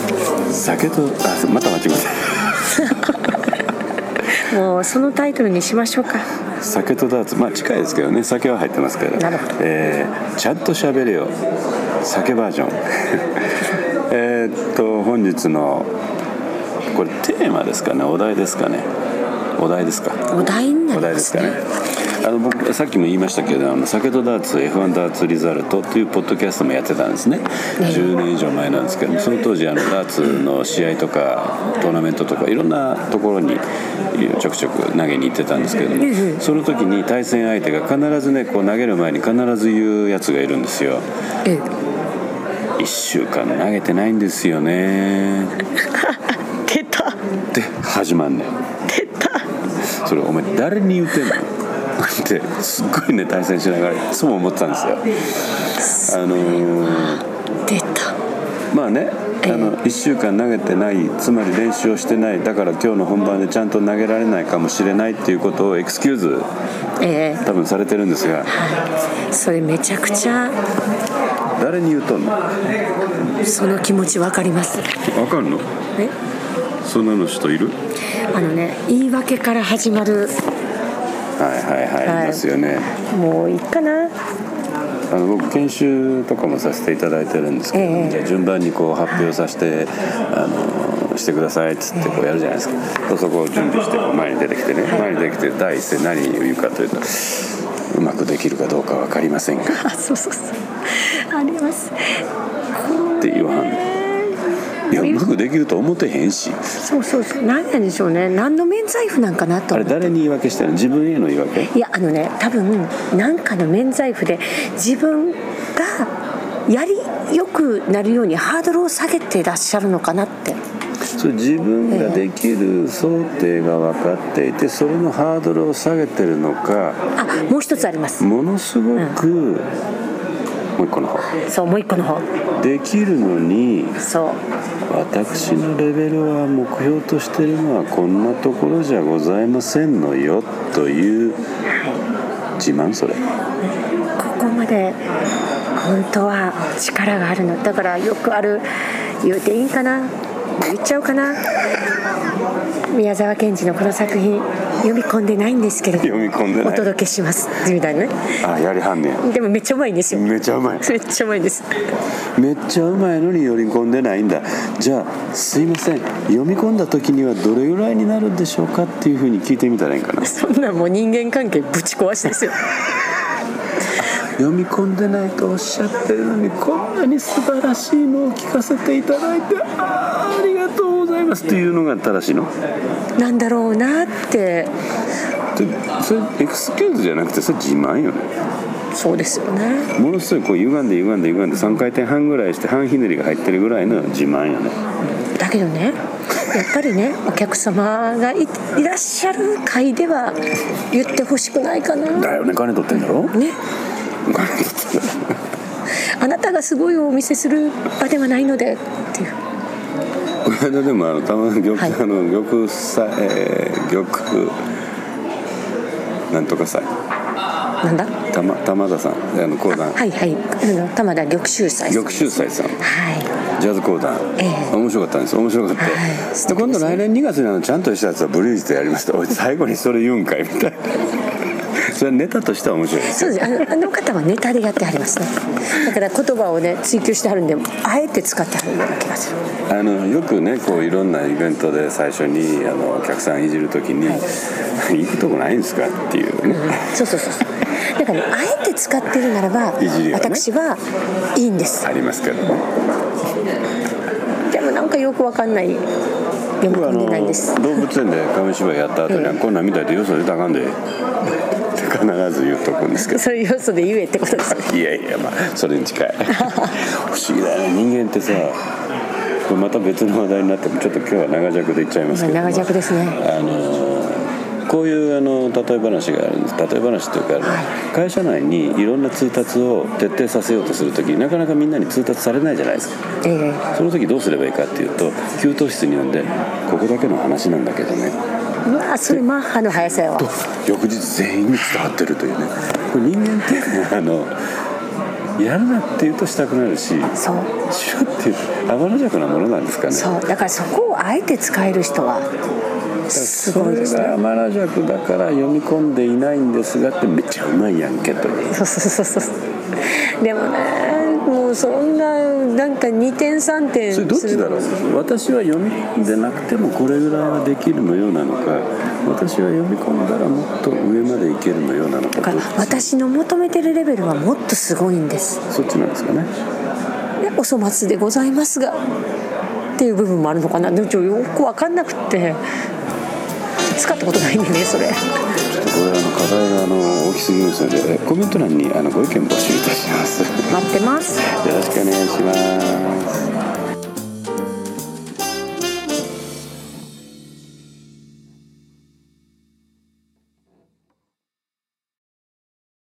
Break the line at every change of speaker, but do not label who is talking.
ケートあそうまた間違
もうそのタイトルにしましょうか
えた酒とダーツまあ近いですけどね酒は入ってますから
なるほど
えーちゃんと喋れよ酒バージョン えーっと本日のこれテーマですかねお題ですかねお題ですか
お題にな
お
り
題
ま
です
す
かね
ね。
あの僕さっきも言いましたけどあの「酒とダーツ F1 ダーツリザルト」というポッドキャストもやってたんですね、10年以上前なんですけどもその当時あのダーツの試合とかトーナメントとかいろんなところにちょくちょく投げに行ってたんですけどもその時に対戦相手が必ずねこう投げる前に必ず言うやつがいるんですよ
ええ
「1週間投げてないんですよね」
出た
って始まんねん
出た
それお前誰に言うてんのってすっごいね対戦しながらいつも思ってたんですよあのー
出た
まあねあの1週間投げてないつまり練習をしてないだから今日の本番でちゃんと投げられないかもしれないっていうことをエクスキューズ
え
多分されてるんですが
えそれめちゃくちゃ
誰に言うとんのわ
その気持ちわかります
かんの
え
そんなの人いる
あのね言い訳から始まる
はいはいはい、
はい
い、ますよね
もういいかな
あの僕研修とかもさせていただいてるんですけど、
ええ
じゃあ順番にこう発表させて、あのしてくださいっつってこうやるじゃないですか、そうそこを準備してこう前に出てきてね、前に出てきて第一声何言うかというとうまくできるかどうか分かりませんがっ
あ そうそうそうあります
て言わはんのいやうまくできると思ってへんし
そうそうそう何なんでしょうね何の免罪符なんかなと
あれ誰に言い訳してるの自分への言い訳
いやあのね多分何かの免罪符で自分がやりよくなるようにハードルを下げてらっしゃるのかなって
それ自分ができる想定が分かっていてそれのハードルを下げてるのか
あもう一つあります
ものすごく、もう一個の方
そうもう一個の方
できるのに
そう
私のレベルは目標としてるのはこんなところじゃございませんのよという自慢それ
ここまで本当は力があるのだからよくある言うていいんかな言っちゃおうかな宮沢賢治のこの作品読み込んでないんですけれど
読み込んで
お
ない
届けしますみたいなね
あやりはんねや
でもめっちゃうまいんですよめっ
めちゃうまい
ちゃうまいです
めっちゃうまいのに読み込んでないんだじゃあすいません読み込んだ時にはどれぐらいになるんでしょうかっていうふうに聞いてみたらいいんかな
そんなんもう人間関係ぶち壊しですよ
読み込んでないとおっしゃってるのにこんなに素晴らしいのを聞かせていただいてあーありがとうございますっていうのが正しいの
なんだろうなって
でそれエクスキューズじゃなくてそれ自慢よね
そうですよね
ものすごいこう歪んで歪んで歪んで3回転半ぐらいして半ひねりが入ってるぐらいの自慢よね
だけどねやっぱりねお客様がいいらっしゃる会では言ってほしくないかな
だよね金取ってんだろ金取
ね
ってんだろ
あなたがすごいをお見せする場ではないのでっていう
この間でもあのたまに玉、
はい
あの玉さえー、玉なんとかさ
なんだ
玉玉田さんあの講談
はいはいあの玉田玉秀斎さん
玉秀斎さん
は
ジャズ講談、
ええ
面白かったんです面白かった、
はい素敵です
で
ね
今度来年2月にあのちゃんとしたやつはブリーズでやりましたおい最後にそれ言うんかいみたいなそれはネタとしては面白いで
い
す
そうですあのあの方はネタでやってはりますねだから言葉をね追求してはるんであえて使ってはるような気がする
あのよくねこういろんなイベントで最初にあのお客さんいじるときに、行くとこないんですかっていうね、
そうそうそうそうだから、ね、あえて使ってるならば、
いじりはね
私はいいんです
ありますけどね
でもなんかよくわかんない読み
僕あ
込ん
の
でないんです
動物園で紙芝居やった後には、こんなん見たいとよそ出たらあかんでって必ず言うとこんですけど
そういう要素で言えってことですね
いやいやまあそれに近 い不思議だよね人間ってさこれまた別の話題になってもちょっと今日は長尺でいっちゃいますけども
長尺ですね
あのこういうあの例え話があるんです例え話というかあの、会社内にいろんな通達を徹底させようとするときなかなかみんなに通達されないじゃないですか
ええ
その時どうすればいいかっていうと給湯室に呼んでここだけの話なんだけどね
うわそれマッハの速さやわ
と翌日全員に伝わってるというねこれ人間ってあのやるなって言うとしたくなるし
そう
しろっていうあばら弱なものなんですかね
そうだからそこをあえて使える人はすごいです
それ
ね
があばら弱だから読み込んでいないんですがってめっちゃうまいやんけという
そうそうそうそうでもねもうそんななんか2点3点
それどっちだろう私は読み込んでなくてもこれぐらいはできるのようなのか私は読み込んだらもっと上までいけるのようなのか
だか
ど
ら
っち
私の求めてるレベルはもっとすごいんです
そっちなんですかね
でお粗末でございますがっていう部分もあるのかなでもちょよく分かんなくって使ったことないんでねそれ
ちょっとこれあの課題があの大きすぎますのでコメント欄にあのご意見募集いたしますよ
待ってます
ろしくお願いします